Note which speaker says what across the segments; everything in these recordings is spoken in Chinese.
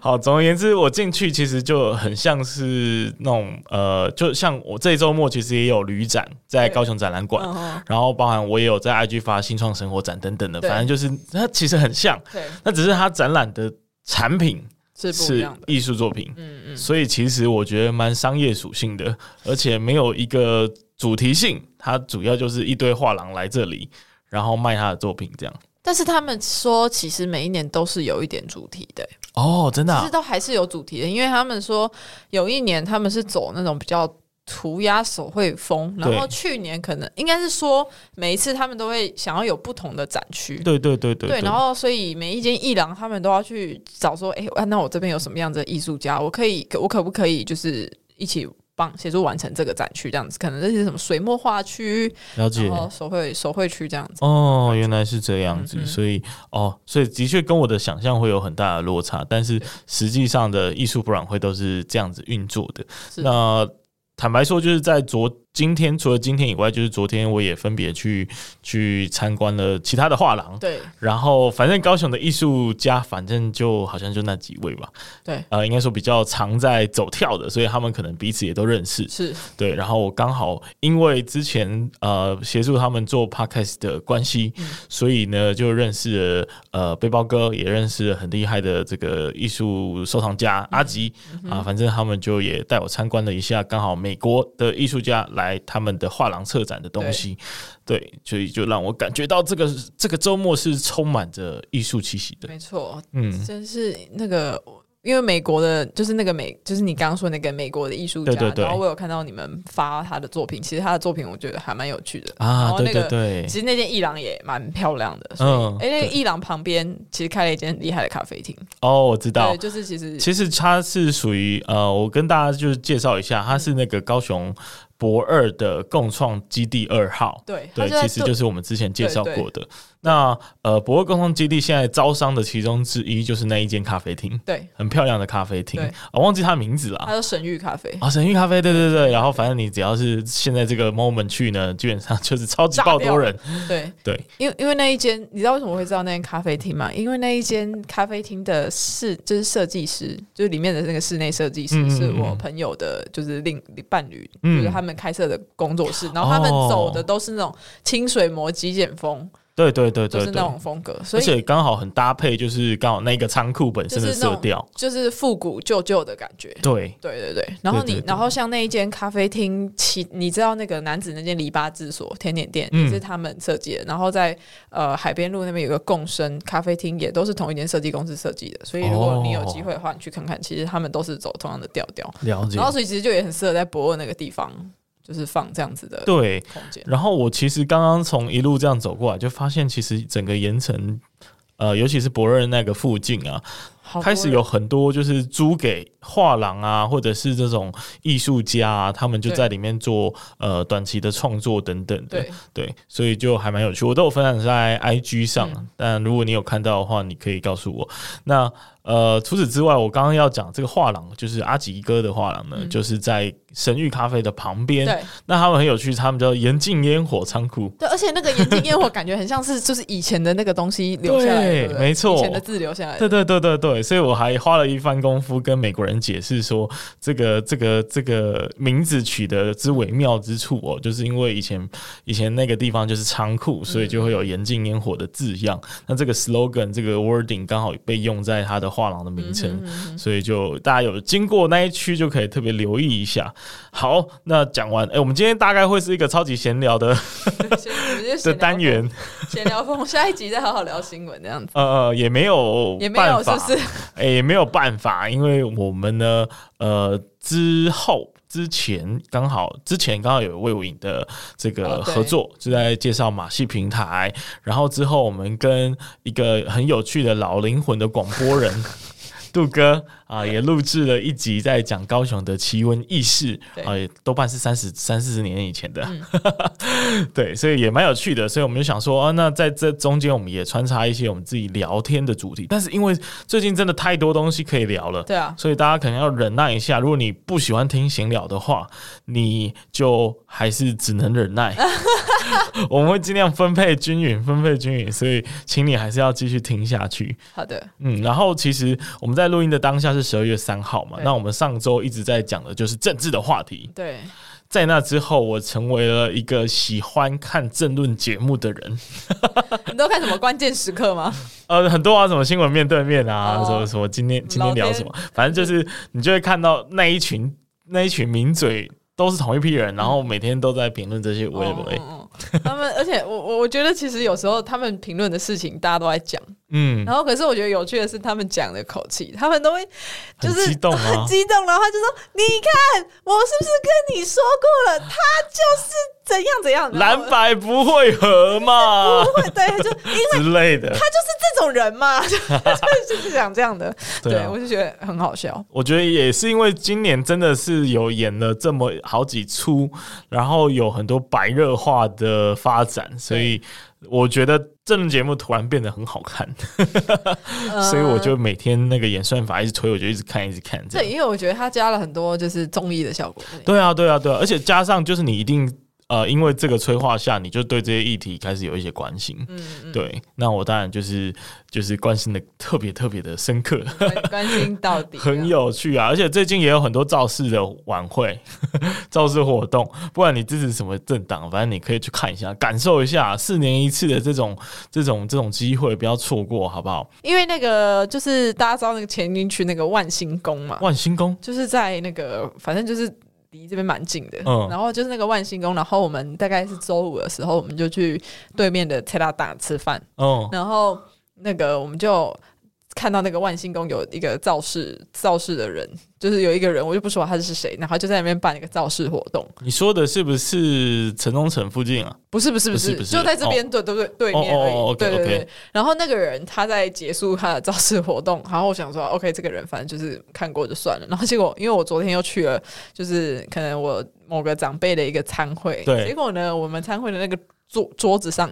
Speaker 1: 好，总而言之，我进去其实就很像是那种呃，就像我这一周末其实也有旅展在
Speaker 2: 对
Speaker 1: 高雄展览馆，
Speaker 2: 嗯哼，
Speaker 1: 然后包含我也有在 IG 发新创生活展等等的，
Speaker 2: 对
Speaker 1: 反正就是它其实很像，
Speaker 2: 对，
Speaker 1: 那只是它展览的产品
Speaker 2: 是不一
Speaker 1: 是
Speaker 2: 样的。
Speaker 1: 艺术作品，
Speaker 2: 嗯嗯，
Speaker 1: 所以其实我觉得蛮商业属性的，而且没有一个主题性，它主要就是一堆画廊来这里，然后卖他的作品这样。
Speaker 2: 但是他们说，其实每一年都是有一点主题的、欸
Speaker 1: 哦，真的、
Speaker 2: 其
Speaker 1: 啊
Speaker 2: 实，都还是有主题的，因为他们说有一年他们是走那种比较。涂鸦手绘风，然后
Speaker 1: 对
Speaker 2: 去年可能应该是说每一次他们都会想要有不同的展区，
Speaker 1: 对对对对
Speaker 2: 对，然后所以每一间艺廊他们都要去找说，哎、啊那我这边有什么样子的艺术家，我可以，可我可不可以就是一起帮协助完成这个展区这样子？可能这是什么水墨画区，
Speaker 1: 了解
Speaker 2: 然。后手绘手绘区这样子。
Speaker 1: 哦，原来是这样子，
Speaker 2: 嗯嗯
Speaker 1: 所以哦，所以的确跟我的想象会有很大的落差，但是实际上的艺术博览会都是这样子运作的。
Speaker 2: 是
Speaker 1: 那坦白说，就是在昨今天，除了今天以外，就是昨天我也分别去去参观了其他的画廊，
Speaker 2: 对
Speaker 1: 然后反正高雄的艺术家，反正就好像就那几位吧，
Speaker 2: 对，
Speaker 1: 呃，应该说比较常在走跳的，所以他们可能彼此也都认识。
Speaker 2: 是
Speaker 1: 对，然后我刚好因为之前呃协助他们做 podcast 的关系，
Speaker 2: 嗯
Speaker 1: 所以呢就认识了呃背包哥，也认识了很厉害的这个艺术收藏家
Speaker 2: 嗯
Speaker 1: 阿吉、啊，反正他们就也带我参观了一下，刚好美国的艺术家来他们的画廊策展的东西，对，所以就让我感觉到这个这个周末是充满着艺术气息的，
Speaker 2: 没错，
Speaker 1: 嗯，
Speaker 2: 真是那个。因为美国的，就是那个美，就是你刚刚说那个美国的艺术家，
Speaker 1: 对对对
Speaker 2: 然后我有看到你们发他的作品，其实他的作品我觉得还蛮有趣的然
Speaker 1: 啊，
Speaker 2: 后
Speaker 1: 对
Speaker 2: 那个
Speaker 1: 对对
Speaker 2: 其，实那间艺廊也蛮漂亮的，
Speaker 1: 嗯，
Speaker 2: 哎、那个
Speaker 1: 对
Speaker 2: 伊朗旁边其实开了一间很厉害的咖啡厅，
Speaker 1: 哦，我知道
Speaker 2: 对，，就是其实
Speaker 1: 其实它是属于呃，我跟大家就是介绍一下，它是那个高雄博二的共创基地二号。
Speaker 2: 对，
Speaker 1: 对
Speaker 2: 他就，在
Speaker 1: 其实
Speaker 2: 做
Speaker 1: 就是我们之前介绍
Speaker 2: 对对
Speaker 1: 过的。那呃，博二共创基地现在招商的其中之一就是那一间咖啡厅，
Speaker 2: 对，
Speaker 1: 很漂亮的咖啡厅
Speaker 2: 对
Speaker 1: 啊，忘记它名字了。
Speaker 2: 他叫神域咖啡，
Speaker 1: 啊，神域咖啡，对对对，然后反正你只要是现在这个 moment 去呢，基本上就是超级
Speaker 2: 炸
Speaker 1: 爆
Speaker 2: 掉
Speaker 1: 多人，
Speaker 2: 对，
Speaker 1: 对，
Speaker 2: 因为因为那一间，你知道为什么会知道那间咖啡厅吗？因为那一间咖啡厅的室就是设计师，就是里面的那个室内设计
Speaker 1: 嗯嗯
Speaker 2: 师
Speaker 1: 嗯
Speaker 2: 是我朋友的，就是另伴侣，
Speaker 1: 嗯
Speaker 2: 就是他们开设的工作室，然后他们
Speaker 1: 哦
Speaker 2: 走的都是那种清水模极简风，
Speaker 1: 对对对
Speaker 2: 就
Speaker 1: 对
Speaker 2: 是那
Speaker 1: 对，
Speaker 2: 种风格，所
Speaker 1: 而
Speaker 2: 以
Speaker 1: 且刚好很搭配，就是刚好那个仓库本身的
Speaker 2: 就是那
Speaker 1: 色
Speaker 2: 种
Speaker 1: 调，
Speaker 2: 就是复古旧旧的感觉。
Speaker 1: 对，
Speaker 2: 对对对，然后你
Speaker 1: 对对对
Speaker 2: 然后像那一间咖啡厅，其你知道那个男子那间篱笆治所甜点店
Speaker 1: 嗯
Speaker 2: 也是他们设计的，然后在呃海边路那边有个共生咖啡厅，也都是同一间设计公司设计的，所以如果你有机会的话，你去看看，其实他们都是走同样的调调，
Speaker 1: 了解
Speaker 2: 然后所以其实就也很适合在博尔那个地方，就是放这样子的
Speaker 1: 对。
Speaker 2: 空间。
Speaker 1: 然后我其实刚刚从一路这样走过来，就发现其实整个盐城，呃，尤其是博尔那个附近啊，
Speaker 2: 好多
Speaker 1: 开始
Speaker 2: 人
Speaker 1: 有很多就是租给画廊啊，或者是这种艺术家啊，他们就
Speaker 2: 对
Speaker 1: 在里面做呃短期的创作等等的。
Speaker 2: 对
Speaker 1: 对，所以就还蛮有趣。我都有分享在 IG 上，
Speaker 2: 嗯
Speaker 1: 但如果你有看到的话，你可以告诉我。那呃，除此之外，我刚刚要讲这个画廊，就是阿吉哥的画廊呢，
Speaker 2: 嗯
Speaker 1: 就是在神域咖啡的旁边。
Speaker 2: 对
Speaker 1: 那他们很有趣，他们叫严禁烟火仓库。
Speaker 2: 对，而且那个眼镜烟火感觉很像是就是以前的那个东西留下来的，
Speaker 1: 对
Speaker 2: 对不对
Speaker 1: 没错
Speaker 2: 以前的字留下 来的。
Speaker 1: 对对对对对，所以我还花了一番功夫跟美国人解释说，这个这个这个名字取得之微妙之处哦，就是因为以前以前那个地方就是仓
Speaker 2: 嗯
Speaker 1: 库，所以就会有严禁烟火的字样。那这个 slogan 这个 wording 刚好被用在它的画廊的名称，
Speaker 2: 嗯
Speaker 1: 所以就大家有经过那一区就可以特别留意一下。好，那讲完，哎，我们今天大概会是一个超级闲聊的的
Speaker 2: 先我们就闲聊哦
Speaker 1: 单元，
Speaker 2: 闲聊风，下一集再好好聊新闻这样子，
Speaker 1: 呃，也没有
Speaker 2: 也没有
Speaker 1: 办
Speaker 2: 是
Speaker 1: 法，
Speaker 2: 不是？
Speaker 1: 哎、也没有办法，因为我们呢，呃，之后之前刚好之前刚好有魏武影的这个
Speaker 2: 哦对
Speaker 1: 合作，就在介绍马戏平台，然后之后我们跟一个很有趣的老灵魂的广播人。杜哥啊，也录制了一集在讲高雄的奇闻异事
Speaker 2: 对
Speaker 1: 啊，也多半是三十三四十年以前的，
Speaker 2: 嗯
Speaker 1: 对，所以也蛮有趣的，所以我们就想说啊，那在这中间我们也穿插一些我们自己聊天的主题，但是因为最近真的太多东西可以聊了，
Speaker 2: 对啊，
Speaker 1: 所以大家可能要忍耐一下。如果你不喜欢听闲聊的话，你就还是只能忍 耐。我们会尽量分配均匀，分配均匀，所以请你还是要继续听下去。
Speaker 2: 好的，
Speaker 1: 嗯，然后其实我们在录音的当下是十二月三号嘛，
Speaker 2: 对
Speaker 1: 那我们上周一直在讲的就是政治的话题。
Speaker 2: 对，
Speaker 1: 在那之后，我成为了一个喜欢看政论节目的人。
Speaker 2: 你都看什么关键时 刻吗？
Speaker 1: 呃，很多啊，什么新闻面对面啊，
Speaker 2: 哦
Speaker 1: 什么什么，今天今天
Speaker 2: 老
Speaker 1: 聊
Speaker 2: 天
Speaker 1: 什么，反正就是你就会看到那一群那一群名嘴都是同一批人，然后每天都在评论这些微博。
Speaker 2: 嗯嗯他们，而且我我我觉得其实有时候他们评论的事情大家都在讲，
Speaker 1: 嗯，
Speaker 2: 然后可是我觉得有趣的是他们讲的口气，他们都会就
Speaker 1: 很
Speaker 2: 是
Speaker 1: 激动啊
Speaker 2: 很 激动，然后他就说：“你看，我是不是跟你说过了？他就是怎样怎样，然后
Speaker 1: 蓝白不会合 嘛
Speaker 2: 不会对，就因为
Speaker 1: 之类的
Speaker 2: 他。就是这种人 嘛， 就就是就是讲这样的，
Speaker 1: 对啊
Speaker 2: 对我就觉得很好笑。”
Speaker 1: 我觉得也是因为今年真的是有演了这么好几出，然后有很多白热化的发展，所以我觉得政论节目突然变得很好 看，所以
Speaker 2: 呃
Speaker 1: 我就每天那个演算法一直推，我就一直看，一直看这
Speaker 2: 对，
Speaker 1: 样。
Speaker 2: 因为我觉得他加了很多就是综艺的效果。
Speaker 1: 对啊，对啊，对啊，而且加上就是你一定呃，因为这个催化下，你就对这些议题开始有一些关心。
Speaker 2: 嗯，
Speaker 1: 对，那我当然就是就是关心的特别特别的深刻。
Speaker 2: 嗯， 关关心到底，
Speaker 1: 很有趣啊！而且最近也有很多造势的晚会、 造势活动，不管你支持什么政党，反正你可以去看一下，感受一下四年一次的这种、这种、这种机会，不要错过，好不好？
Speaker 2: 因为那个就是大家知道那个前进去那个万兴宫嘛，
Speaker 1: 万兴宫，
Speaker 2: 就是在那个反正就是离这边蛮近的，
Speaker 1: 嗯
Speaker 2: 然后就是那个万兴宫，然后我们大概是周五的时候，我们就去对面的蔡大大吃饭，
Speaker 1: 嗯，
Speaker 2: 然后那个我们就。看到那个万兴宫有一个造势造势的人，就是有一个人，我就不说他是谁，然后就在那边办一个造势活动。
Speaker 1: 你说的是不是城中城附近啊？
Speaker 2: 不是不是
Speaker 1: 不
Speaker 2: 不
Speaker 1: 是
Speaker 2: 是，
Speaker 1: 不是
Speaker 2: 就在这边、对对对对面而已。
Speaker 1: 哦哦哦，OK，
Speaker 2: 对对
Speaker 1: OK
Speaker 2: 对。然后那个人他在结束他的造势活动， 然后我想说，OK，这个人反正就是看过就算了。然后结果因为我昨天又去了，就是可能我某个长辈的一个餐会，
Speaker 1: 对
Speaker 2: 结果呢，我们餐会的那个桌桌子上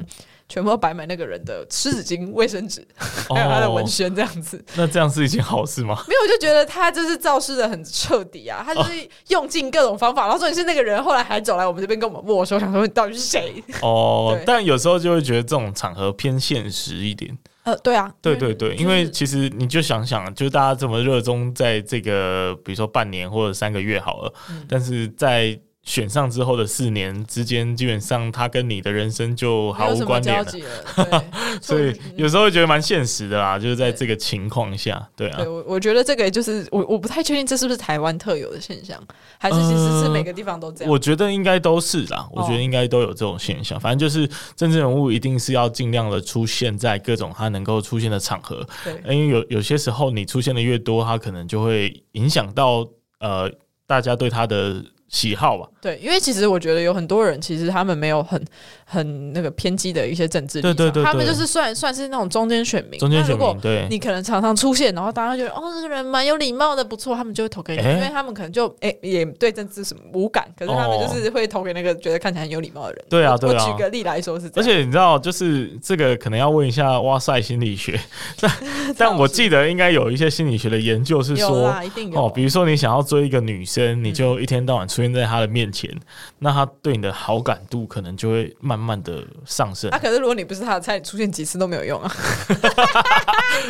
Speaker 2: 全部都摆满那个人的湿纸巾、卫生纸，还有他的文
Speaker 1: 哦，
Speaker 2: 宣这样 子。
Speaker 1: 那这样是一件好事吗？
Speaker 2: 没有，我就觉得他就是造势的很彻底啊，他就是用尽各种方法。然后重点是那个人后来还走来我们这边跟我们握手，想说你到底是谁？
Speaker 1: 哦
Speaker 2: 对，
Speaker 1: 但有时候就会觉得这种场合偏现实一点。
Speaker 2: 呃，对啊，
Speaker 1: 对对对，
Speaker 2: 就是
Speaker 1: 因为其实你就想想，就是大家这么热衷在这个，比如说半年或者三个月好了，
Speaker 2: 嗯
Speaker 1: 但是在选上之后的四年之间，基本上他跟你的人生就毫
Speaker 2: 没有
Speaker 1: 无
Speaker 2: 什么
Speaker 1: 关联
Speaker 2: 交
Speaker 1: 了。
Speaker 2: 集 了。对，
Speaker 1: 所以
Speaker 2: 我
Speaker 1: 有时候会觉得蛮现实的啦，就是在这个情况下，对啊
Speaker 2: 嗯对，我我觉得这个就是我我不太确定这是不是台湾特有的现象，还是其实是
Speaker 1: 嗯
Speaker 2: 每个地方都这样。哦
Speaker 1: 我觉得应该都是啦，我觉得应该都有这种现象。反正就是政治人物一定是要尽量的出现在各种他能够出现的场合，
Speaker 2: 对
Speaker 1: 因为有有些时候你出现的越多，他可能就会影响到呃大家对他的喜好吧。
Speaker 2: 对，因为其实我觉得有很多人，其实他们没有很很那个偏激的一些政治立场，
Speaker 1: 对对对对
Speaker 2: 他们就是算算是那种中间选民。
Speaker 1: 中间
Speaker 2: 那
Speaker 1: 选
Speaker 2: 如果
Speaker 1: 民对，
Speaker 2: 你可能常常出现，然后大家觉得哦，这个人蛮有礼貌的，不错，他们就会投给你，
Speaker 1: 哎
Speaker 2: 因为他们可能就哎、也对政治什么无感，可是他们就是会投给那个觉得看起来很有礼貌的人。
Speaker 1: 哦对啊
Speaker 2: 我
Speaker 1: 对啊
Speaker 2: 我举个例来说是这
Speaker 1: 而
Speaker 2: 样，
Speaker 1: 且你知道，就是这个可能要问一下哇塞心理学， 但但我记得应该有一些心理学的研究是
Speaker 2: 有
Speaker 1: 说，
Speaker 2: 啦，一定有。啊嗯
Speaker 1: 哦，比如说你想要追一个女生，你就一天到晚出现在她的面前，那她对你的好感度可能就会慢慢的上升
Speaker 2: 啊，。可是如果你不是他的菜，你出现几次都没有 用啊。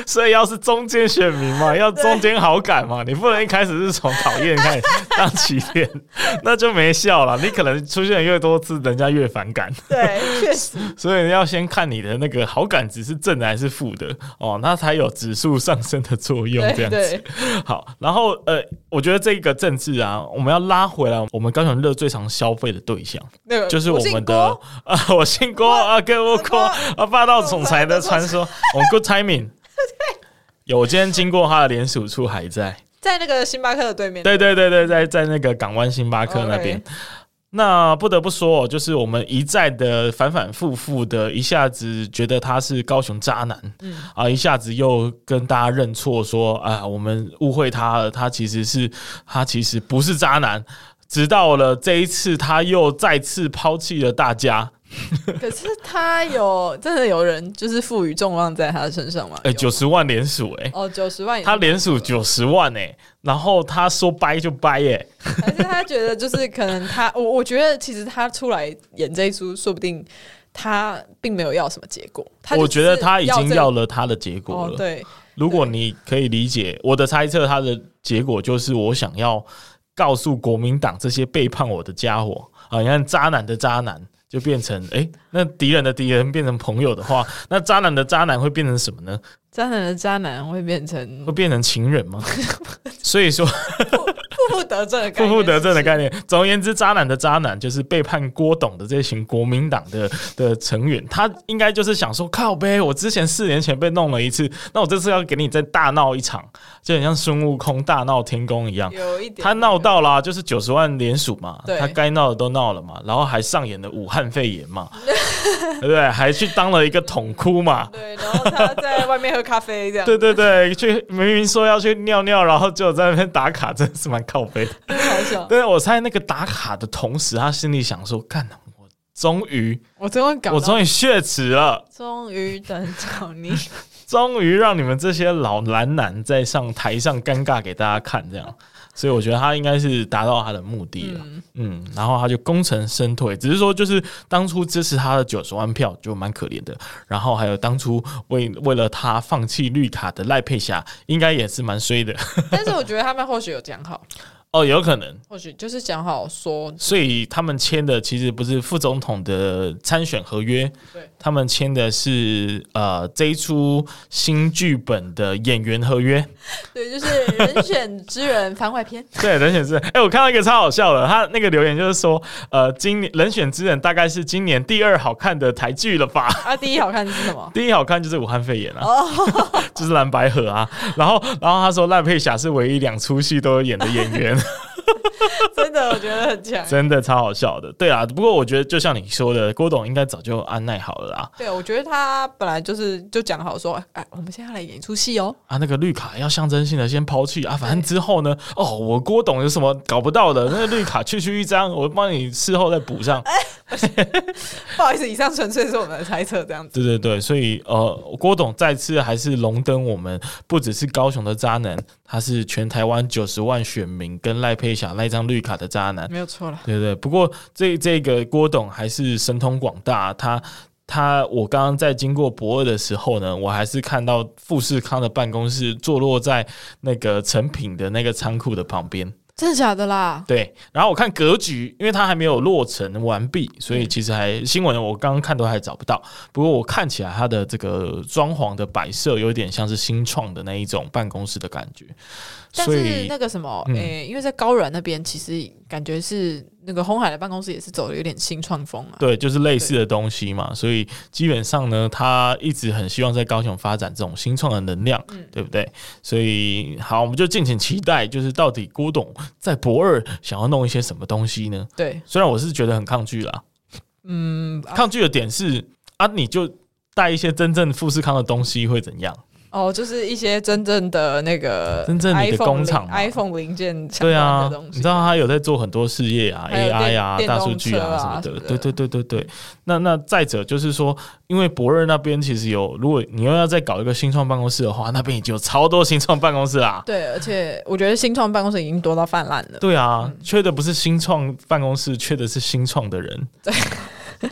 Speaker 1: 所以要是中间选民嘛，要中间好感嘛，你不能一开始是从讨厌 开始当起点，那就没效了。你可能出现越多次，人家越反感，
Speaker 2: 对，确实，
Speaker 1: 所以要先看你的那个好感值是正的还是负的哦，那才有指数上升的作用。这
Speaker 2: 对
Speaker 1: 样子，
Speaker 2: 对，
Speaker 1: 好，然后呃，我觉得这个政治啊，我们要拉回来，我们高雄热最常消费的对象
Speaker 2: 那个
Speaker 1: 就是我
Speaker 2: 姓
Speaker 1: 们的
Speaker 2: 郭
Speaker 1: 啊， 我姓郭啊，跟我郭啊，霸道总裁的传说，我们 good timing。有，我今天经过他的联署处还在，
Speaker 2: 在那个星巴克的对面。
Speaker 1: 对对对对，在在那个港湾星巴克那边。那不得不说哦，就是我们一再的反反复复的，一下子觉得他是高雄渣男，啊，一下子又跟大家认错说，啊，我们误会他了，他其实是他其实不是渣男。直到了这一次，他又再次抛弃了大家。
Speaker 2: 可是他有真的有人就是赋予重望在他的身上吗？
Speaker 1: 哎、
Speaker 2: 有
Speaker 1: 九十万连署、哎、
Speaker 2: 哦九十万也，
Speaker 1: 他连署九十万、哎，然后他说掰就掰、哎，
Speaker 2: 还是他觉得就是可能他，我我觉得其实他出来演这一出，说不定他并没有要什么结果。他就
Speaker 1: 我觉得
Speaker 2: 只是
Speaker 1: 他已经
Speaker 2: 这
Speaker 1: 要了他的结果
Speaker 2: 哦
Speaker 1: 了。，
Speaker 2: 对
Speaker 1: 如果你可以理解我的猜测，他的结果就是我想要告诉国民党这些背叛我的家伙啊，你看渣男的渣男就变成诶，那敌人的敌人变成朋友的话，那渣男的渣男会变成什么呢？
Speaker 2: 渣男的渣男会变成
Speaker 1: 会变成情人吗？ 所以说，
Speaker 2: 负负得正的概
Speaker 1: 负
Speaker 2: 念
Speaker 1: 负得正的概
Speaker 2: 念。
Speaker 1: 念。总而言之，渣男的渣男就是背叛郭董的这群国民党的呃的成员，他应该就是想说，靠呗，我之前四年前被弄了一次，那我这次要给你再大闹一场，就很像孙悟空大闹天宫一样。
Speaker 2: 有一点
Speaker 1: 他闹到啦、就是九十万联署嘛，
Speaker 2: 对
Speaker 1: 他该闹的都闹了嘛，然后还上演了武汉肺炎 嘛，对不对？还去当了一个统哭嘛，
Speaker 2: 对，然后他在外面喝咖啡 这样，
Speaker 1: 对对对，去明明说要去尿尿，然后就在那边打卡，真是蛮靠背的。
Speaker 2: 好笑。
Speaker 1: 对，我猜那个打卡的同时，他心里想说：“干，我终于，
Speaker 2: 我终于搞
Speaker 1: 我
Speaker 2: 到，
Speaker 1: 终于血耻了，
Speaker 2: 终于等到 你。
Speaker 1: 终于让你们这些老男男在上台上尴尬给大家看。”这样，所以我觉得他应该是达到他的目的了。嗯然后他就功成身退，只是说就是当初支持他的九十万票就蛮可怜的，然后还有当初为为了他放弃绿卡的赖佩霞，应该也是蛮衰的。
Speaker 2: 但是我觉得他们或许有讲好，
Speaker 1: 哦，有可能。
Speaker 2: 或许就是讲好说，
Speaker 1: 所以他们签的其实不是副总统的参选合约
Speaker 2: 对，
Speaker 1: 他们签的是呃这一出新剧本的演员合约。
Speaker 2: 对，就是人选之人番外篇，
Speaker 1: 对，人选之人，哎、我看到一个超好笑的，他那个留言就是说，呃，今年人选之人大概是今年第二好看的台剧了 吧？
Speaker 2: 啊，第一好看是什 么？
Speaker 1: 第一好看就是武汉肺炎啊，就是蓝白河啊，然后然后他说赖佩霞是唯一两出戏都有演的演 员，
Speaker 2: 真的，我觉得很强。
Speaker 1: 真的超好笑的。对啊，不过我觉得就像你说的，郭董应该早就安奈好了啦。
Speaker 2: 对，我觉得他本来就是就讲好说，哎，我们现在来演一出戏哦，
Speaker 1: 啊，那个绿卡要象征性的先抛弃啊，反正之后呢，哦，我郭董有什么搞不到的，那个绿卡区区一张，我帮你事后再补上。
Speaker 2: 不好意思，以上纯粹是我们的猜测，这样子。
Speaker 1: 对对对，所以呃，郭董再次还是荣登我们不只是高雄的渣男，他是全台湾九十万选民跟赖佩霞那张绿卡的渣男。
Speaker 2: 没有错了，
Speaker 1: 对对，不过这这个郭董还是神通广大，他他我刚刚在经过博二的时候呢，我还是看到富士康的办公室坐落在那个成品的那个仓库的旁边。
Speaker 2: 真的假的啦？
Speaker 1: 对，然后我看格局，因为它还没有落成完毕，所以其实还新闻我刚刚看都还找不到。不过我看起来它的这个装潢的摆设有点像是新创的那一种办公室的感觉，
Speaker 2: 但
Speaker 1: 所
Speaker 2: 是
Speaker 1: 以
Speaker 2: 那个什么，诶、
Speaker 1: 嗯
Speaker 2: 因为在高软那边，其实感觉是那个红海的办公室也是走的有点新创风啊。
Speaker 1: 对，就是类似的东西嘛。所以基本上呢，他一直很希望在高雄发展这种新创的能量，对不对？所以好，我们就敬请期待，就是到底郭董在博二想要弄一些什么东西呢？
Speaker 2: 对，
Speaker 1: 虽然我是觉得很抗拒啦，
Speaker 2: 嗯，啊
Speaker 1: 抗拒的点是啊，你就带一些真正富士康的东西会怎样？
Speaker 2: 哦，就是一些真正的那个
Speaker 1: 真正你的
Speaker 2: iPhone
Speaker 1: 工
Speaker 2: 零
Speaker 1: 厂嘛
Speaker 2: iPhone 零件相
Speaker 1: 对
Speaker 2: 关
Speaker 1: 啊
Speaker 2: 的东，
Speaker 1: 你知
Speaker 2: 西。
Speaker 1: 道他有在做很多事业啊
Speaker 2: 还有电
Speaker 1: ，AI 啊、
Speaker 2: 电
Speaker 1: 大
Speaker 2: 动
Speaker 1: 数据
Speaker 2: 车
Speaker 1: 啊
Speaker 2: 啊
Speaker 1: 什么的。
Speaker 2: 什
Speaker 1: 对
Speaker 2: 么的
Speaker 1: 对对对对。那那再者就是说，因为博瑞那边其实有，如果你又要再搞一个新创办公室的话，那边已经有超多新创办公室啦。
Speaker 2: 对，而且我觉得新创办公室已经多到泛滥了。
Speaker 1: 对啊，
Speaker 2: 嗯
Speaker 1: 缺的不是新创办公室，缺的是新创的 人。对。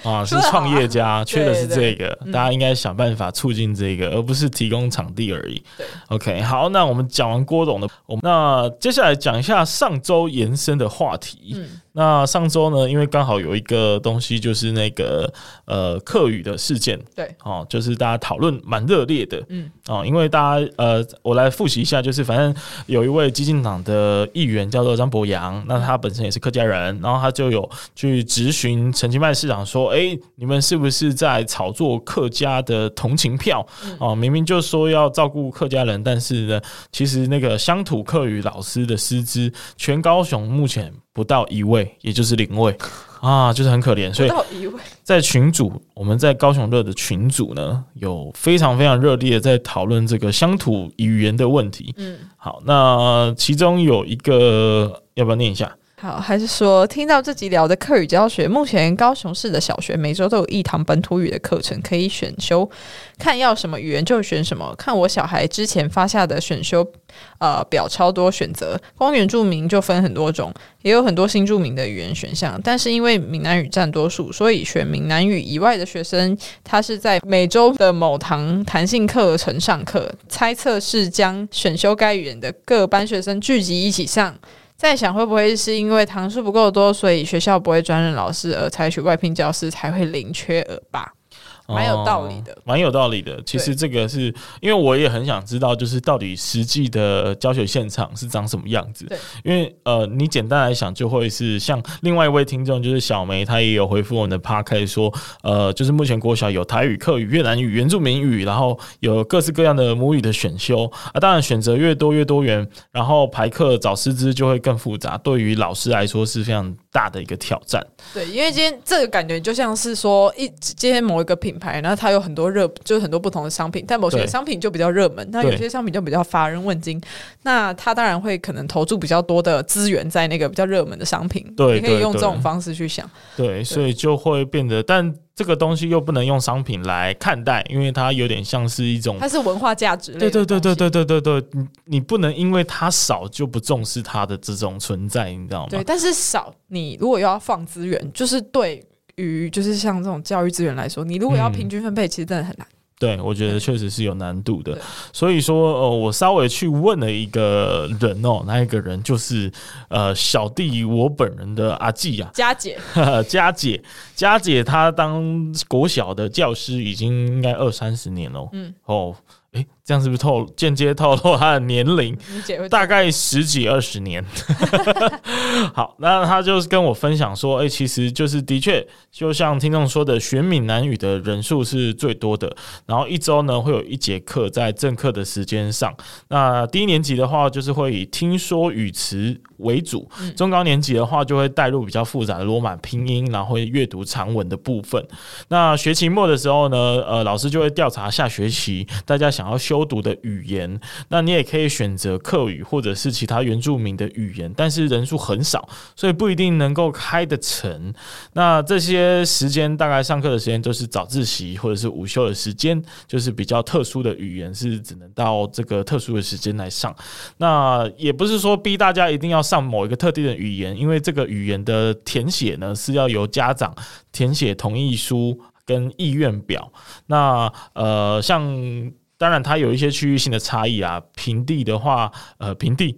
Speaker 1: 啊，是
Speaker 2: 对啊
Speaker 1: 创业家，缺的是
Speaker 2: 对嗯
Speaker 1: 这个，大家应该想办法促进这个，而不是提供场地而已。
Speaker 2: 对
Speaker 1: OK，好，那我们讲完郭董的，我们那接下来讲一下上周延伸的话题。
Speaker 2: 嗯
Speaker 1: 那上周呢，因为刚好有一个东西，就是那个呃客语的事件，
Speaker 2: 对，
Speaker 1: 哦，就是大家讨论蛮热烈的，
Speaker 2: 嗯
Speaker 1: 哦，因为大家呃，我来复习一下，就是反正有一位激进党的议员叫做张博洋，那他本身也是客家人，然后他就有去质询陈其迈市长说，哎、你们是不是在炒作客家的同情票？哦，明明就说要照顾客家人，但是呢，其实那个乡土客语老师的师资，全高雄目前不到一位，也就是零位。啊，就是很可怜，所以
Speaker 2: 不到一位，
Speaker 1: 在群组，我们在高雄热的群组呢，有非常非常热烈地在讨论这个乡土语言的问题。
Speaker 2: 嗯。
Speaker 1: 好，那其中有一个，要不要念一下？
Speaker 2: 好，还是说听到这集聊的课语教学，目前高雄市的小学每周都有一堂本土语的课程可以选修，看要什么语言就选什么。看我小孩之前发下的选修呃表超多选择，光原住民就分很多种，也有很多新住民的语言选项。但是因为闽南语占多数，所以选闽南语以外的学生，他是在每周的某堂弹性课程上课，猜测是将选修该语言的各班学生聚集一起上。在想会不会是因为堂数不够多，所以学校不会专任老师，而采取外聘教师才会零缺额吧？蛮有道理的
Speaker 1: 哦蛮有道理的。其实这个是因为我也很想知道，就是到底实际的教学现场是长什么样子
Speaker 2: 对。
Speaker 1: 因为呃，你简单来想，就会是像另外一位听众，就是小梅，她也有回复我们的 p a r k 说，呃，就是目前国小有台语、客语、越南语、原住民语，然后有各式各样的母语的选修啊。当然，选择越多越多元，然后排课找师资就会更复杂，对于老师来说是非常大的一个挑战。
Speaker 2: 对，因为今天这个感觉就像是说一今天某一个品牌，然后它有很多热，就是很多不同的商品，但某
Speaker 1: 对
Speaker 2: 些商品就比较热门，那有
Speaker 1: 对
Speaker 2: 些商品就比较乏人问津。那它当然会可能投注比较多的资源在那个比较热门的商品，
Speaker 1: 对
Speaker 2: 你可以用
Speaker 1: 对
Speaker 2: 这
Speaker 1: 对
Speaker 2: 种方式去想。
Speaker 1: 对，所以就会变得，但这个东西又不能用商品来看待，因为它有点像是一种，
Speaker 2: 它是文化价值类
Speaker 1: 对
Speaker 2: 的
Speaker 1: 对对对
Speaker 2: 东西
Speaker 1: 对对对对，你你不能因为它少就不重视它的这种存在，你知道吗
Speaker 2: 对，？但是少你如果要放资源，就是对于就是像这种教育资源来说，你如果要
Speaker 1: 嗯
Speaker 2: 平均分配，其实真的很难。
Speaker 1: 对，我觉得确实是有难度的
Speaker 2: 对。
Speaker 1: 所以说，呃，我稍微去问了一个人哦，那一个人就是呃小弟我本人的阿季啊，
Speaker 2: 佳姐，
Speaker 1: 佳姐，佳姐她当国小的教师已经应该二三十年了。
Speaker 2: 嗯，
Speaker 1: 哦，诶、这样是不是透间接透露她的年龄？
Speaker 2: 你姐会
Speaker 1: 大概十几二十年。 好，那他就是跟我分享说，哎、其实就是的确，就像听众说的，学闽南语的人数是最多的。然后一周呢会有一节课在正课的时间上。那低年级的话，就是会以听说语词为主；中高年级的话，就会带入比较复杂的罗马拼音，然后会阅读长文的部分。那学期末的时候呢，呃，老师就会调查下学期大家想要修读的语言，那你也可以选择客语或者是其他原住民的语言，但是人数很少，所以不一定能够开得成。那这些时间大概上课的时间都是早自习或者是午休的时间，就是比较特殊的语言是只能到这个特殊的时间来上。那也不是说逼大家一定要上某一个特定的语言，因为这个语言的填写呢是要由家长填写同意书跟意愿表。那呃，像当然它有一些区域性的差异啊。平地的话，呃，平地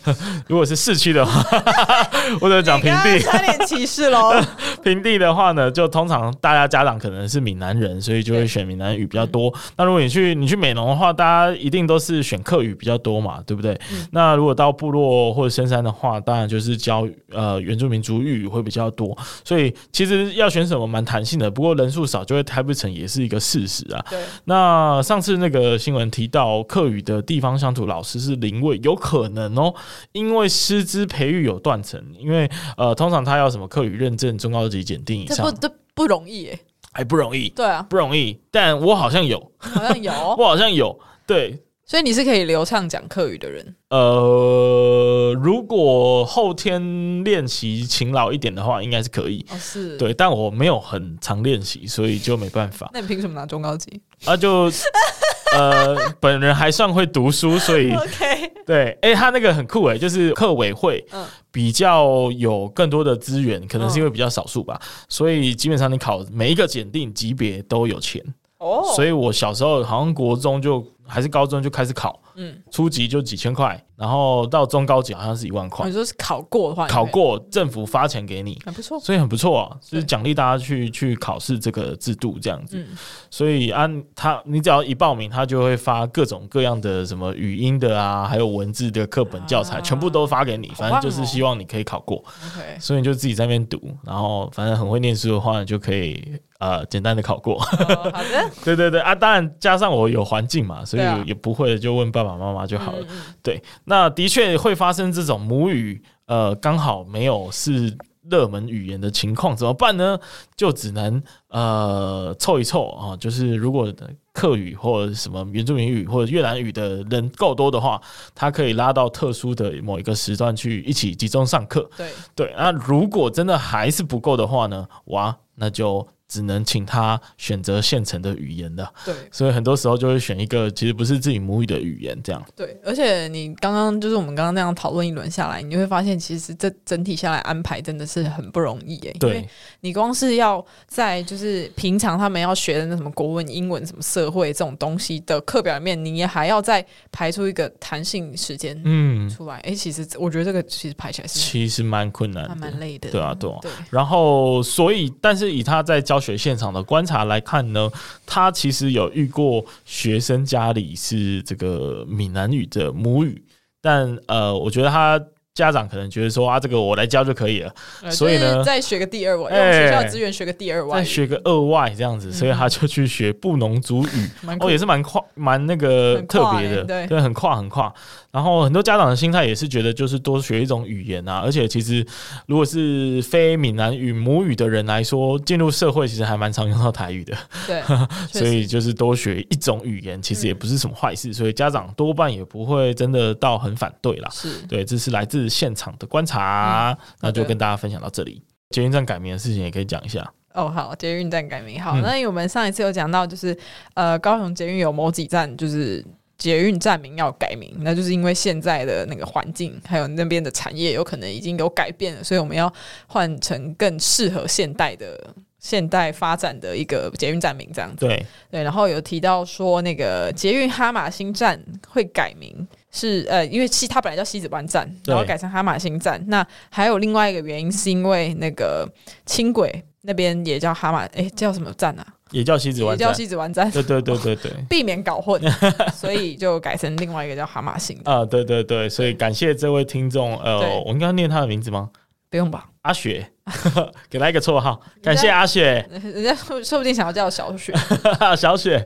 Speaker 1: 如果是市区的话，我者讲平
Speaker 2: 你
Speaker 1: 地
Speaker 2: 刚刚，差点歧视喽。
Speaker 1: 平地的话呢，就通常大家家长可能是闽南人，所以就会选闽南语比较多。那如果你去你去美容的话，大家一定都是选客语比较多嘛，对不对？那如果到部落或者深山的话，当然就是教呃原住民族语会比较多。所以其实要选什么蛮弹性的，不过人数少就会开不成也是一个事实啊。
Speaker 2: 对，
Speaker 1: 那上次那个新闻提到课语的地方乡土老师是林蔚，有可能哦，因为师资培育有断层，因为呃，通常他要什么课语认证、中高级检定以
Speaker 2: 这
Speaker 1: 上
Speaker 2: 不，这不容易耶。
Speaker 1: 还不容易，
Speaker 2: 对啊，
Speaker 1: 不容易。但我好像有，
Speaker 2: 好像有，
Speaker 1: 我好像有，对。
Speaker 2: 所以你是可以流畅讲客语的人。
Speaker 1: 呃，如果后天练习勤劳一点的话，应该是可以。
Speaker 2: 哦，是。
Speaker 1: 对，但我没有很常练习，所以就没办法。
Speaker 2: 那你凭什么拿中高级
Speaker 1: 啊，就呃， 本人还算会读书，所以
Speaker 2: ？OK，
Speaker 1: 对，哎、他那个很酷哎、就是客委会
Speaker 2: 嗯
Speaker 1: 比较有更多的资源，可能是因为比较少数
Speaker 2: 嗯
Speaker 1: 吧，所以基本上你考每一个检定级别都有钱。
Speaker 2: 哦，
Speaker 1: 所以我小时候好像国中就还是高中就开始考，
Speaker 2: 嗯，
Speaker 1: 初级就几千块，然后到中高级好像是一万块
Speaker 2: 哦你，说是考过的话，
Speaker 1: 考过政府发钱给你。
Speaker 2: 还不 错。
Speaker 1: 所以很不错啊，就是
Speaker 2: 对
Speaker 1: 奖励大家去去考试这个制度这样子。
Speaker 2: 嗯
Speaker 1: 所以啊，他你只要一报名，他就会发各种各样的什么语音的啊，还有文字的课本教材，
Speaker 2: 啊
Speaker 1: 全部都发给你。
Speaker 2: 好
Speaker 1: 反
Speaker 2: 棒
Speaker 1: 正就是
Speaker 2: 哦
Speaker 1: 希望你可以考过，
Speaker 2: ，OK，
Speaker 1: 所以你就自己在那边读，然后反正很会念书的话，你就可以呃简单的考过。
Speaker 2: 哦好的，
Speaker 1: 对对对啊，当然加上我有环境嘛，所以
Speaker 2: 对啊
Speaker 1: 也不会就问爸爸妈妈就好了。
Speaker 2: 嗯。嗯
Speaker 1: 对，那的确会发生这种母语呃刚好没有是热门语言的情况，怎么办呢？就只能呃凑一凑啊、就是如果客语或者什么原住民语或者越南语的人够多的话，它可以拉到特殊的某一个时段去一起集中上课。
Speaker 2: 对，
Speaker 1: 对，那如果真的还是不够的话呢？哇，那就只能请他选择现成的语言了。
Speaker 2: 对
Speaker 1: 所以很多时候就会选一个其实不是自己母语的语言，这样。
Speaker 2: 对，而且你刚刚就是我们刚刚那样讨论一轮下来，你就会发现，其实这整体下来安排真的是很不容易耶。因为
Speaker 1: 对，
Speaker 2: 你光是要在就是平常他们要学的那什么国文、英文、什么社会这种东西的课表里面，你也还要再排出一个弹性时间
Speaker 1: 嗯，
Speaker 2: 出来。哎、其实我觉得这个其实排起来是
Speaker 1: 其实蛮困难
Speaker 2: 还蛮
Speaker 1: 的。
Speaker 2: 累的。
Speaker 1: 对啊，对啊。
Speaker 2: 对，
Speaker 1: 然后，所以，但是以他在教学现场的观察来看呢，他其实有遇过学生家里是这个闽南语的母语，但呃，我觉得他家长可能觉得说啊，这个我来教就可以了，
Speaker 2: 呃
Speaker 1: 所以呢
Speaker 2: 就是再学个第二外，
Speaker 1: 哎
Speaker 2: 用学校资源学个第二外
Speaker 1: 再
Speaker 2: 语，嗯
Speaker 1: 学个二外这样子，所以他就去学布农族语，
Speaker 2: 蛮酷
Speaker 1: 哦，也是蛮跨蛮那个
Speaker 2: 很
Speaker 1: 特
Speaker 2: 跨
Speaker 1: 别的，
Speaker 2: 欸对
Speaker 1: 很跨很跨。然后很多家长的心态也是觉得，就是多学一种语言啊，而且其实如果是非闽南语母语的人来说，进入社会其实还蛮常用到台语的，
Speaker 2: 对，确
Speaker 1: 所以
Speaker 2: 实嗯
Speaker 1: 就是多学一种语言，其实也不是什么坏事，所以家长多半也不会真的到很反对啦。
Speaker 2: 是嗯
Speaker 1: 对，这是来自现场的观察，那就
Speaker 2: 好的
Speaker 1: 跟大家分享到这里。捷运站改名的事情也可以讲一下。
Speaker 2: 哦，好，捷运站改名好。
Speaker 1: 嗯
Speaker 2: 那因为我们上一次有讲到，就是呃，高雄捷运有某几站就是。捷运站名要改名，那就是因为现在的那个环境，还有那边的产业有可能已经有改变了，所以我们要换成更适合现代的现代发展的一个捷运站名这样子。
Speaker 1: 对，
Speaker 2: 对，然后有提到说那个捷运哈马星站会改名。是呃，因为西它本来叫西子湾站，
Speaker 1: 对
Speaker 2: 然后改成哈马星站。那还有另外一个原因，是因为那个轻轨那边也叫哈马，诶，叫什么站啊？
Speaker 1: 也叫西子
Speaker 2: 也
Speaker 1: 湾
Speaker 2: 叫
Speaker 1: 站，
Speaker 2: 西子湾站，
Speaker 1: 对对对对 对。
Speaker 2: 避免 搞混，所以就改成另外一个叫哈马星的。
Speaker 1: 啊、对对对，所以感谢这位听众，
Speaker 2: 对
Speaker 1: 呃，我应该念他的名字吗？
Speaker 2: 不用吧？
Speaker 1: 阿雪， 给他一个绰号，感谢阿雪，
Speaker 2: 人家说说不定想要叫我小雪，
Speaker 1: 小 雪，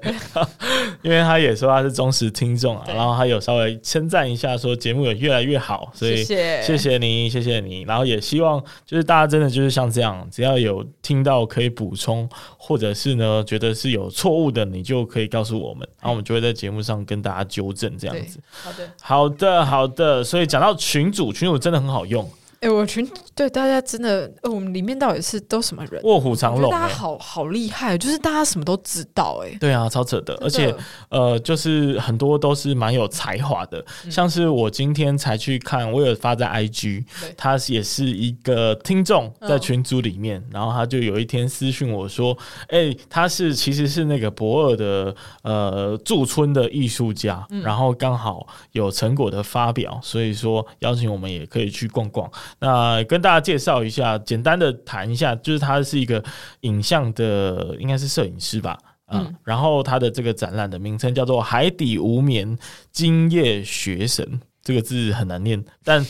Speaker 1: 因为他也说他是忠实听众啊，
Speaker 2: 对
Speaker 1: 然后他有稍微称赞一下，说节目有越来越好，所以
Speaker 2: 谢谢，
Speaker 1: 谢谢你，谢谢你。然后也希望就是大家真的就是像这样，只要有听到可以补充，或者是呢觉得是有错误的，你就可以告诉我们，然后我们就会在节目上跟大家纠正这样
Speaker 2: 对
Speaker 1: 子。，
Speaker 2: 好的。
Speaker 1: 好的，好的。所以讲到群主，群主真的很好用，
Speaker 2: 哎、我群对大家真的，呃我们里面到底是都什么人？
Speaker 1: 卧虎藏
Speaker 2: 我觉
Speaker 1: 龙、
Speaker 2: 得大家
Speaker 1: 欸。
Speaker 2: 好好厉害，就是大家什么都知道、哎，
Speaker 1: 对啊，超扯的，而且
Speaker 2: 真的
Speaker 1: 呃，就是很多都是蛮有才华的，
Speaker 2: 嗯
Speaker 1: 像是我今天才去看，我有发在 IG，
Speaker 2: 对
Speaker 1: 他也是一个听众在
Speaker 2: 嗯
Speaker 1: 群组里面，然后他就有一天私讯我说，哎、他是其实是那个博尔的呃驻村的艺术家，
Speaker 2: 嗯
Speaker 1: 然后刚好有成果的发表，所以说邀请我们也可以去逛逛。那跟大家介绍一下，简单的谈一下，就是他是一个影像的，应该是摄影师吧。啊，
Speaker 2: 嗯
Speaker 1: 然后他的这个展览的名称叫做《海底无眠今夜学神》，这个字很难念，但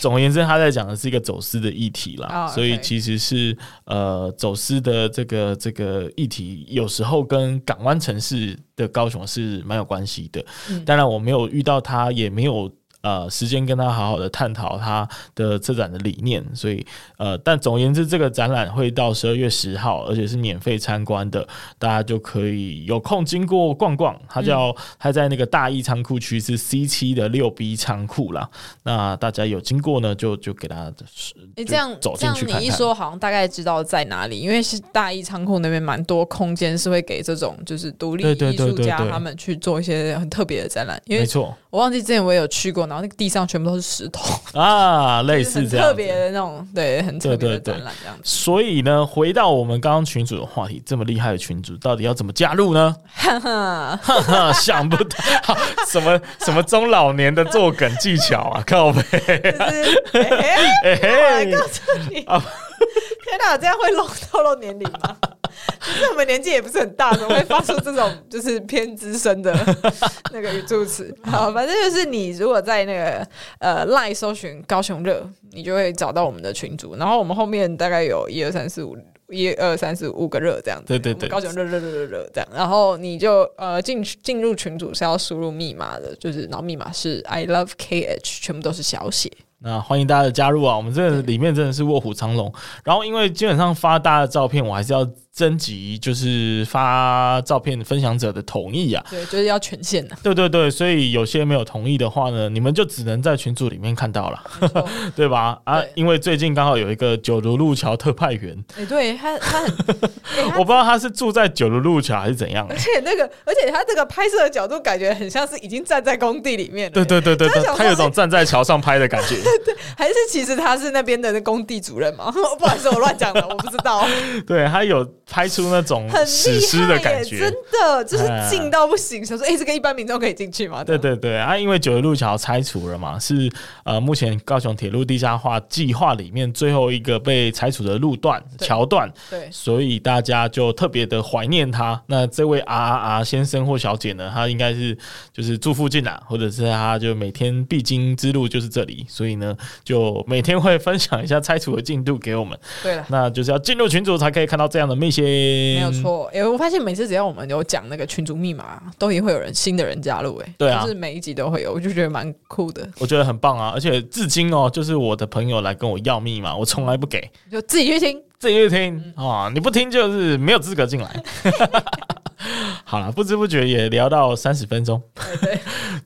Speaker 1: 总而言之，他在讲的是一个走私的议题啦，
Speaker 2: 哦
Speaker 1: 所以
Speaker 2: OK
Speaker 1: 其实是呃走私的这个这个议题，有时候跟港湾城市的高雄是蛮有关系的。
Speaker 2: 嗯
Speaker 1: 当然，我没有遇到他，也没有。呃，时间跟他好好的探讨他的策展的理念，所以呃，但总而言之，这个展览会到十二月十号，而且是免费参观的，大家就可以有空经过逛逛。
Speaker 2: 嗯
Speaker 1: 它叫、它在那个大义仓库区是 C 七的六 B 仓库啦，那大家有经过呢，就就给大家
Speaker 2: 哎、
Speaker 1: 就
Speaker 2: 这样
Speaker 1: 走进去
Speaker 2: 这
Speaker 1: 看
Speaker 2: 样你一
Speaker 1: 看。
Speaker 2: 说，好像大概知道在哪里，因为是大一仓库那边蛮多空间是会给这种就是独立
Speaker 1: 对对
Speaker 2: 艺
Speaker 1: 对
Speaker 2: 术
Speaker 1: 对
Speaker 2: 家
Speaker 1: 对
Speaker 2: 他们去做一些很特别的展览。因
Speaker 1: 没
Speaker 2: 为
Speaker 1: 错
Speaker 2: 我忘记之前我也有去过，然后那个地上全部都是石头，
Speaker 1: 啊，类
Speaker 2: 就是
Speaker 1: 似
Speaker 2: 很
Speaker 1: 这样
Speaker 2: 特
Speaker 1: 子
Speaker 2: 别的那种，对，很特别的
Speaker 1: 对对对
Speaker 2: 展览这样子。
Speaker 1: 所以呢，回到我们刚刚群主的话题，这么厉害的群主，到底要怎么加入 呢？哈哈，想不到 好什么什么中老年的作梗技巧啊，靠背，
Speaker 2: 就是，哎、
Speaker 1: 哎
Speaker 2: 我
Speaker 1: 嘿
Speaker 2: 告诉 你，
Speaker 1: 啊
Speaker 2: 天哪，这样会露透露年龄吗？就是我们年纪也不是很大，怎么会发出这种就是偏资 深的那个语助词？
Speaker 1: 嗯
Speaker 2: 好，反正就是你如果在那个呃 Line 搜寻高雄热，你就会找到我们的群组，然后我们后面大概有一二三四五。一二三四五个热这样子，
Speaker 1: 对对对
Speaker 2: 我们高雄热热热热热这样，然后你就呃进进入群组是要输入密码的，就是然后密码是 I love KH，全部都是小 写，
Speaker 1: 那欢迎大家的加入啊！我们这个里面真的是卧虎藏龙。然后因为基本上发大家的照片，我还是要征集就是发照片分享者的同意啊。
Speaker 2: 对，就是要权限呐、
Speaker 1: 对对对，所以有些没有同意的话呢，你们就只能在群组里面看到了， 对吧？啊
Speaker 2: 对，
Speaker 1: 因为最近刚好有一个九如路桥特派员，
Speaker 2: 哎、对他，他 很，欸、
Speaker 1: 我不
Speaker 2: 他
Speaker 1: 知道他是住在九如路桥还是怎 样、
Speaker 2: 而且那个，而且他这个拍摄的角度感觉很像是已经站在工地里面了，
Speaker 1: 对，对对对
Speaker 2: 他
Speaker 1: 对
Speaker 2: 想，说哎
Speaker 1: 他有种站在桥上拍的感觉。
Speaker 2: 还是其实他是那边的那工地主任嘛？ 不好意思，我乱讲了，我不知道，
Speaker 1: 对，他有拍出那种
Speaker 2: 很
Speaker 1: 史
Speaker 2: 厉
Speaker 1: 诗
Speaker 2: 害
Speaker 1: 的
Speaker 2: 耶，
Speaker 1: 感觉
Speaker 2: 真。的就是近到不行，想说，哎、这个一般民众可以进去吗？
Speaker 1: 对对对啊，因为九如路桥拆除了嘛，是呃目前高雄铁路地下化计划里面最后一个被拆除的路段
Speaker 2: 对
Speaker 1: 桥段，
Speaker 2: 对，
Speaker 1: 所以大家就特别的怀念他。那这位 R R R 先生或小姐呢，他应该是就是住附近啊，或者是他就每天必经之路就是这里，所以呢，就每天会分享一下拆除的进度给我们。
Speaker 2: 对了。
Speaker 1: 那嗯就是要进入群组才可以看到这样的密信，没
Speaker 2: 没有。错，哎、我发现每次只要我们有讲那个群组密码，都也会有人新的人加入、哎，
Speaker 1: 对啊
Speaker 2: 就是每一集都会有，我就觉得蛮酷的，
Speaker 1: 我觉得很棒啊，而且至今哦，就是我的朋友来跟我要密码，我从来不给，
Speaker 2: 就自己去听，
Speaker 1: 自己去
Speaker 2: 嗯
Speaker 1: 听啊，你不听就是没有资格进 来。好了，不知不觉也聊到三十分钟，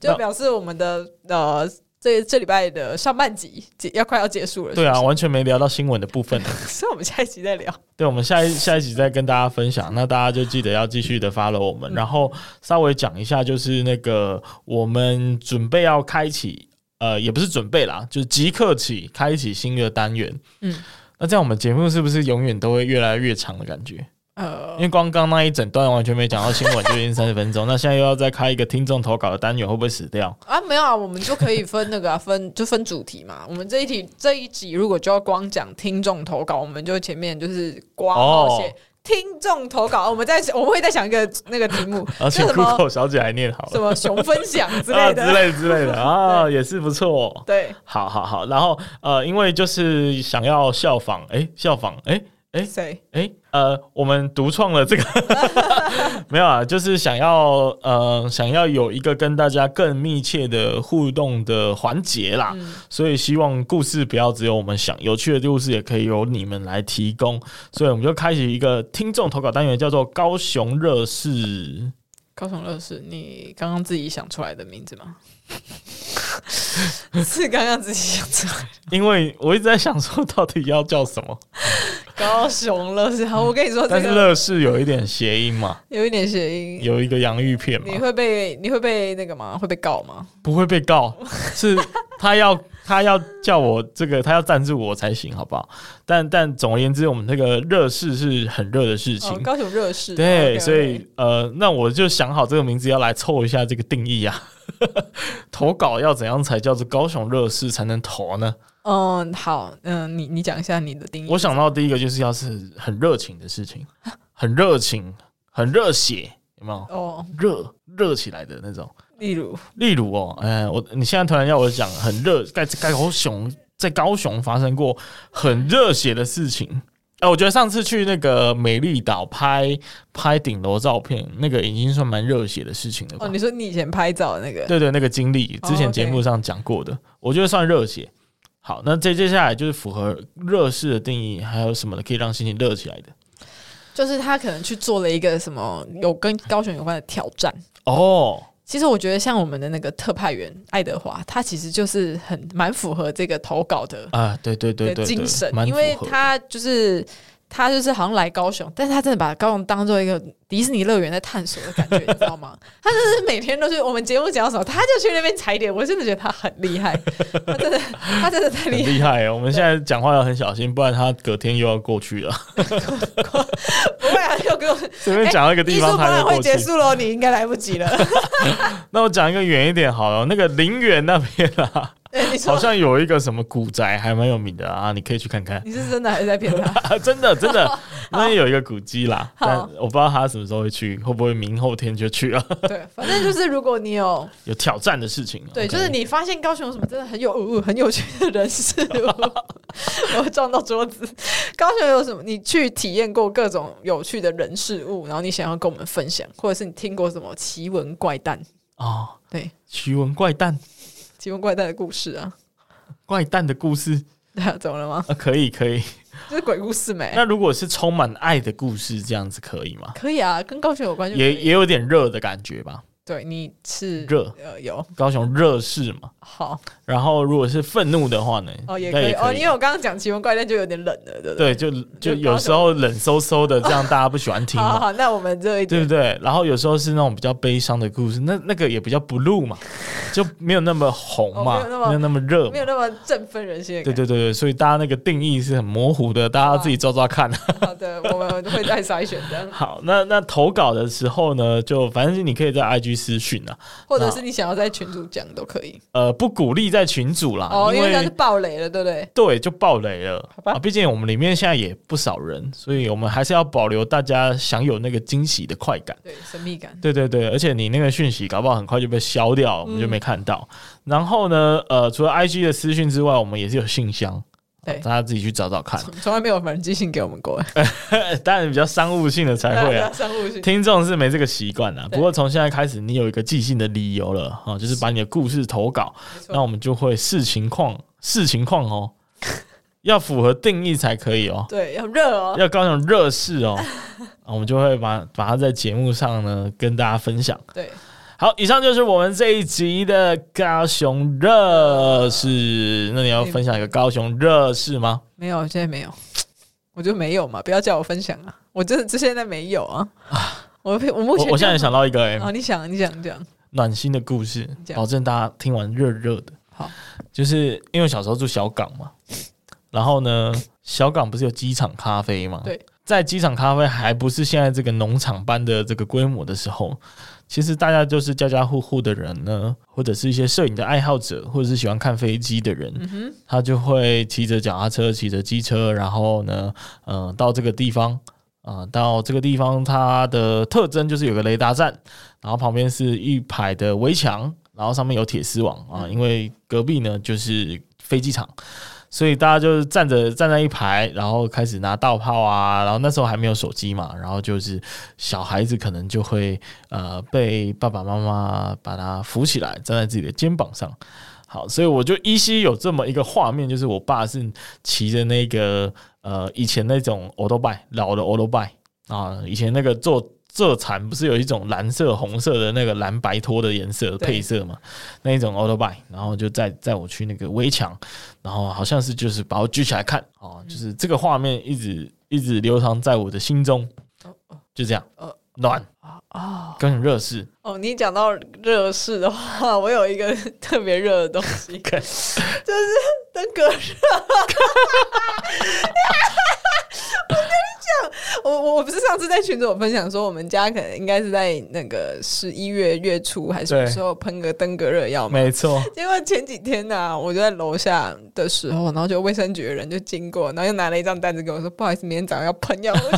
Speaker 2: 就表示我们的呃，这这礼拜的上半集结要快要结束了。
Speaker 1: 对啊，
Speaker 2: 是
Speaker 1: 完全没聊到新闻的部 分。
Speaker 2: 不是， 所以我们下一集再聊。
Speaker 1: 对，我们下一下一集再跟大家分享，那大家就记得要继续的 follow 我
Speaker 2: 嗯
Speaker 1: 们，然后稍微讲一下，就是那个我们准备要开启，呃，也不是准备啦，就是即刻起开启新的单元。
Speaker 2: 嗯，
Speaker 1: 那这样我们节目是不是永远都会越来越长的感觉？
Speaker 2: 呃
Speaker 1: 因，为光刚那一整段完全没讲到新闻，就已经三十分钟。那现在又要再开一个听众投稿的单元，会不会死掉？
Speaker 2: 啊，没有啊，我们就可以分那个、啊、分就分主题嘛。我们这一题这一集如果就要光讲听众投稿，我们就前面就是刮
Speaker 1: 哦
Speaker 2: 号写、听众投稿，我们再我们会再想一个 那个 题目，
Speaker 1: 而且
Speaker 2: 叫什么
Speaker 1: Google 小姐还念好
Speaker 2: 什
Speaker 1: 了
Speaker 2: 么熊分享之
Speaker 1: 啊
Speaker 2: 类的。
Speaker 1: 之类之类的啊，也是不错、
Speaker 2: 对，
Speaker 1: 好好好，然后呃，因为就是想要效仿，哎、效仿，哎、诶
Speaker 2: 谁？
Speaker 1: 哎、呃，我们独创了这个， 没有啊，就是想要呃，想要有一个跟大家更密切的互动的环节啦，
Speaker 2: 嗯
Speaker 1: 所以希望故事不要只有我们想，有趣的故事也可以由你们来提供，所以我们就开启一个听众投稿单元，叫做高雄热事。
Speaker 2: 高雄乐是你刚刚自己想出来的名字吗？ 是刚刚自己想出来的。
Speaker 1: 因为我一直在想说，到底要叫什么？
Speaker 2: 高雄乐是，好，我跟你说，这
Speaker 1: 但是
Speaker 2: 个
Speaker 1: 乐事有一点谐音嘛，
Speaker 2: 有一点谐音，
Speaker 1: 有一个洋芋片
Speaker 2: 你
Speaker 1: 嘛，
Speaker 2: 会被你会被那个吗？会被告吗？
Speaker 1: 不会被 告，是他要他要叫我这个，他要赞助我才行，好不好？但但总而言之，我们那个热事是很热的事情
Speaker 2: 哦，，高雄热市
Speaker 1: 对
Speaker 2: OK，OK
Speaker 1: 所以呃，那我就想好这个名字要来凑一下这个定义啊。 投稿要怎样才叫做高雄热事才能投呢？
Speaker 2: 嗯，好，嗯，你你讲一下你的定义。
Speaker 1: 我想到第一个就是要是很热情的事情，很热情，很热血，有没有？
Speaker 2: 哦，
Speaker 1: 热热起来的那种。
Speaker 2: 例如
Speaker 1: 例如哦，哎、我你现在突然要我讲很热，在在高雄，在高雄发生过很热血的事情。哎、我觉得上次去那个美丽岛拍拍顶楼照片，那个已经算蛮热血的事情了吧？
Speaker 2: 哦，你说你以前拍照的那个，
Speaker 1: 对对，那个经历
Speaker 2: 哦
Speaker 1: 之前
Speaker 2: OK
Speaker 1: 节目上讲过的，我觉得算热血。好，那接接下来就是符合热事的定义，还有什么的可以让心情热起来的？
Speaker 2: 就是他可能去做了一个什么有跟高雄有关的挑战。
Speaker 1: 哦，
Speaker 2: 其实我觉得像我们的那个特派员爱德华，他其实就是很蛮符合这个投稿的
Speaker 1: 啊，对对对
Speaker 2: 的
Speaker 1: 对对，
Speaker 2: 精神，
Speaker 1: 蛮
Speaker 2: 因为
Speaker 1: 符合的
Speaker 2: 他就是他就是好像来高雄，但是他真的把高雄当做一个迪士尼乐园在探索的感觉，你知道吗？ 他就是每天都是我们节目讲到什么，他就去那边踩点，我真的觉得他很厉害， 他真的他真的太
Speaker 1: 很
Speaker 2: 厉害
Speaker 1: 厉害哦。我们现在讲话要很小心，不然他隔天又要过去了。
Speaker 2: 了，不会啊，又给我。哎
Speaker 1: 随便讲到一个地
Speaker 2: 艺术
Speaker 1: 方，
Speaker 2: 博
Speaker 1: 他
Speaker 2: 览
Speaker 1: 就
Speaker 2: 会
Speaker 1: 过
Speaker 2: 结
Speaker 1: 去。
Speaker 2: 束了，你应该来不及了。
Speaker 1: 那我讲一个远一点好了，那个陵园那边 啊，
Speaker 2: 哎你
Speaker 1: 好
Speaker 2: 说
Speaker 1: 像有一个什么古宅，还蛮有名的啊，你可以去看 看。
Speaker 2: 你是真的还是在骗他？
Speaker 1: 真的真的，那边有一个古迹啦，
Speaker 2: 好
Speaker 1: 但我不知道他什么时候会去，会不会明后天就去了？
Speaker 2: 对，反正就是如果你有
Speaker 1: 有挑战的事情。啊
Speaker 2: 对
Speaker 1: OK
Speaker 2: 就是你发现高雄有什么真的很有、呃很有趣的人事物，我撞到桌子。高雄有什么？你去体验过各种有趣的人事物，然后你想要跟我们分享，或者是你听过什么奇闻怪诞？
Speaker 1: 哦，
Speaker 2: 对，
Speaker 1: 奇闻怪诞，
Speaker 2: 奇闻怪诞的故事啊，
Speaker 1: 怪诞的故事
Speaker 2: 对啊，怎么了吗？
Speaker 1: 啊，可以可以。
Speaker 2: 这是鬼故事没？
Speaker 1: 那如果是充满爱的故事，这样子可以吗？
Speaker 2: 可以啊，跟高雄有关就可
Speaker 1: 也
Speaker 2: 以。
Speaker 1: 也有点热的感觉吧，
Speaker 2: 对，你是
Speaker 1: 热
Speaker 2: 呃有
Speaker 1: 高雄热市嘛。
Speaker 2: 好
Speaker 1: 然后如果是愤怒的话呢？
Speaker 2: 哦也
Speaker 1: 应该
Speaker 2: 可以
Speaker 1: 以
Speaker 2: 哦，因为我刚刚讲奇闻怪诞就有点冷了，对不对？
Speaker 1: 对，就就有时候冷飕飕的，这样大家不喜欢听
Speaker 2: 好好
Speaker 1: 嘛，
Speaker 2: 好，那我们这一
Speaker 1: 对
Speaker 2: 点
Speaker 1: 不对？然后有时候是那种比较悲伤的故事，那那个也比较 blue 嘛，就没有那么红嘛，
Speaker 2: 哦没有那么
Speaker 1: 没有那么热
Speaker 2: 没
Speaker 1: 嘛。
Speaker 2: 有那么哦振奋人心的
Speaker 1: 对
Speaker 2: 感觉。
Speaker 1: 对对对，所以大家那个定义是很模糊的，大家自己抓抓看。啊
Speaker 2: 好的，我们会再筛选的。
Speaker 1: 好，那那投稿的时候呢，就反正你可以在 IG 私讯啊，
Speaker 2: 或者是你想要在群主讲都可以。
Speaker 1: 呃，不鼓励在群组啦，
Speaker 2: 哦，因为
Speaker 1: 为
Speaker 2: 这样是爆雷了，对不对？
Speaker 1: 对，就爆雷了。
Speaker 2: 好吧
Speaker 1: 啊，毕竟我们里面现在也不少人，所以我们还是要保留大家享有那个惊喜的快感。
Speaker 2: 对，神秘感。
Speaker 1: 对对对，而且你那个讯息搞不好很快就被消掉，
Speaker 2: 嗯
Speaker 1: 我们就没看到。然后呢，呃，除了 IG 的私讯之外，我们也是有信箱，
Speaker 2: 对
Speaker 1: 大家自己去找找看。
Speaker 2: 从从来没有人寄信给我们过，。
Speaker 1: 当然比较商务性的才会啊
Speaker 2: 商务信。
Speaker 1: 听众是没这个习惯的，
Speaker 2: 对
Speaker 1: 不过从现在开始，你有一个寄信的理由了啊，就是把你的故事投稿，
Speaker 2: 没错
Speaker 1: 那我们就会视情况视情况哦， 要符合定义才可以哦。
Speaker 2: 对，要热哦。
Speaker 1: 要搞那种热事 哦，啊我们就会把把它在节目上呢跟大家分享。
Speaker 2: 对，
Speaker 1: 好，以上就是我们这一集的高雄热事。那你要分享一个高雄热事吗？
Speaker 2: 没有，现在没有，我就没有嘛，不要叫我分享啊！我真的这现在没有啊。我我目
Speaker 1: 我
Speaker 2: 前
Speaker 1: 我现在
Speaker 2: 就
Speaker 1: 想到一个、欸
Speaker 2: 啊，你想你想这样
Speaker 1: 暖心的故事，
Speaker 2: 讲
Speaker 1: 保证大家听完热热的。
Speaker 2: 好，
Speaker 1: 就是因为我小时候住小港嘛，然后呢，小港不是有机场咖啡吗？
Speaker 2: 对，
Speaker 1: 在机场咖啡还不是现在这个农场般的这个规模的时候，其实大家就是家家户户的人呢，或者是一些摄影的爱好者，或者是喜欢看飞机的
Speaker 2: 嗯
Speaker 1: 人，他就会骑着脚踏车、骑着机车，然后呢，嗯、到这个地方。啊、到这个地方，它的特征就是有个雷达站，然后旁边是一排的围墙，然后上面有铁丝网啊，因为隔壁呢就是飞机场，所以大家就是站着站在一排，然后开始拿大炮啊，然后那时候还没有手机嘛，然后就是小孩子可能就会呃被爸爸妈妈把他扶起来，站在自己的肩膀上。好，所以我就依稀有这么一个画面，就是我爸是骑着那个呃以前那种 o l d b i 老的 o l d b i 啊，以前那个做这产不是有一种蓝色、红色的那个蓝白拖的颜色
Speaker 2: 对
Speaker 1: 配色嘛？那一种 o l d b i 然后就载载我去那个围墙，然后好像是就是把我举起来看啊，就是这个画面一直一直流淌在我的心中，就这样
Speaker 2: 哦，
Speaker 1: 暖
Speaker 2: 哦
Speaker 1: 跟很热是。
Speaker 2: 哦，你讲到热事的话，我有一个 特别热的东西，就是登革热。我跟 你讲，我我不是上次在群组有分享说，我们家可能应该是在那个十一月月初还是什么
Speaker 1: 对
Speaker 2: 时候喷个登革热药嘛。
Speaker 1: 没错，
Speaker 2: 结果前几天呢、我就在楼下的时候，然后就卫生局的人就哦经过，然后又拿了一张单子给我说：“不好意思，明天早上要喷药。”我就说：“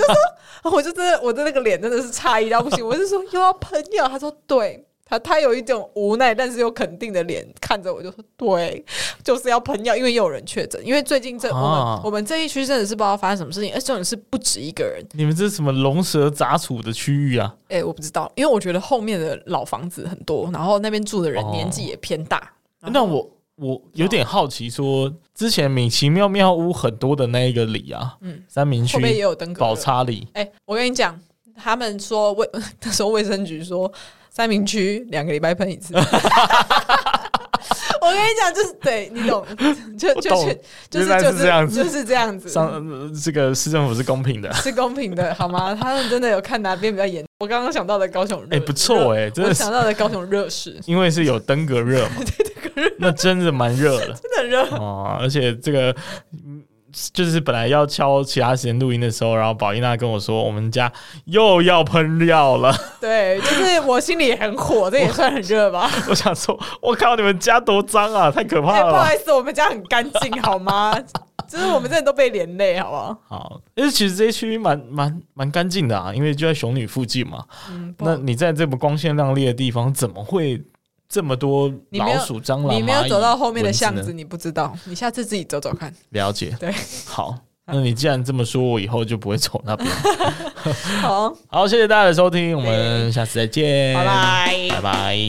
Speaker 2: 我就真的，我的那个脸真的是诧异到不行。”我就说：“又要喷药？”他说：“对。”他他有一种无奈但是又肯定的脸看着我，就说：“对，就是要喷药，因为又有人确诊。因为最近这我们、
Speaker 1: 啊
Speaker 2: 我们这一区真的是不知道发生什么事情，而且重点是不止一个人。
Speaker 1: 你们这是什么龙蛇杂处的区域啊？
Speaker 2: 哎、我不知道，因为我觉得后面的老房子很多，然后那边住的人
Speaker 1: 哦
Speaker 2: 年纪也偏大。然后
Speaker 1: 那我我有点好奇说，之前米奇妙妙屋很多的那一个里啊，
Speaker 2: 嗯
Speaker 1: 三明
Speaker 2: 后面也
Speaker 1: 区、
Speaker 2: 有登革
Speaker 1: 宝
Speaker 2: 热。
Speaker 1: 叉里，
Speaker 2: 哎、我跟你讲，他们说卫 那时候卫生局说三明区两个礼拜喷一次。 我跟你讲，就是对你懂，就
Speaker 1: 我
Speaker 2: 就
Speaker 1: 懂
Speaker 2: 是就是
Speaker 1: 原来是
Speaker 2: 就是
Speaker 1: 这样子
Speaker 2: 就是这样子，
Speaker 1: 上呃这个市政府是公平的，
Speaker 2: 是公平的好吗？他们真的有看哪边比较严。我刚刚想到的高雄热，
Speaker 1: 哎、不错
Speaker 2: 哎、
Speaker 1: 哎、真
Speaker 2: 我
Speaker 1: 的是
Speaker 2: 想到的高雄热市，
Speaker 1: 因为是有登革热 嘛，那真的蛮热的
Speaker 2: 真的很热。
Speaker 1: 哦，而且这个。嗯就是本来要敲其他时间录音的时候，然后宝伊娜跟我说，我们家又要喷药了。
Speaker 2: 对，就是我心里也很火，这也算很热 吧？
Speaker 1: 我想说，我靠，你们家多脏啊，太可
Speaker 2: 哎、
Speaker 1: 怕了
Speaker 2: 不
Speaker 1: 吧
Speaker 2: 好意思，我们家很干净好吗？ 就是我们真的都被连累，好不好？
Speaker 1: 好，因为其实这一区蛮蛮蛮干净的啊，因为就在雄女附近嘛。
Speaker 2: 嗯，不好
Speaker 1: 那你在这么光鲜亮丽的地方，怎么会这么多
Speaker 2: 你没
Speaker 1: 老
Speaker 2: 有
Speaker 1: 鼠、蟑螂？
Speaker 2: 你没有
Speaker 1: 蚂蚁
Speaker 2: 走到后面的巷
Speaker 1: 蚊
Speaker 2: 子，
Speaker 1: 呢？
Speaker 2: 你不知道。你下次自己走走看。
Speaker 1: 了解。
Speaker 2: 对，
Speaker 1: 好，那你既然这么说，我以后就不会走那边。
Speaker 2: 好，
Speaker 1: 好，谢谢大家的收听，我们下次再见，
Speaker 2: 拜拜。
Speaker 1: 拜拜。